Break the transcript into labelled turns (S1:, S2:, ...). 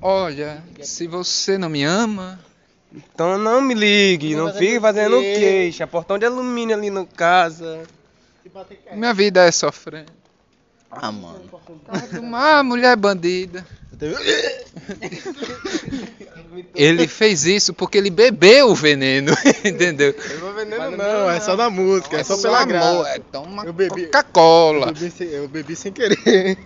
S1: Olha, se você não me ama,
S2: Então não me ligue,
S3: Não
S2: não
S3: vai
S2: fique
S3: fazer
S2: fazendo
S3: queixa.
S2: queixa. Portão de alumínio ali no casa.
S3: Se bater cair.
S1: minha vida é sofrer.
S3: Ah, mano.
S1: Uma mulher bandida. Ele fez isso porque ele bebeu o veneno, entendeu?
S3: Eu vou veneno
S2: Mas
S3: não,
S2: não, não,
S3: é só na música, é só pela
S1: amor,
S3: graça.
S1: é toma
S3: Eu bebi-
S1: Coca-Cola.
S3: Eu bebi, sem, eu bebi sem querer.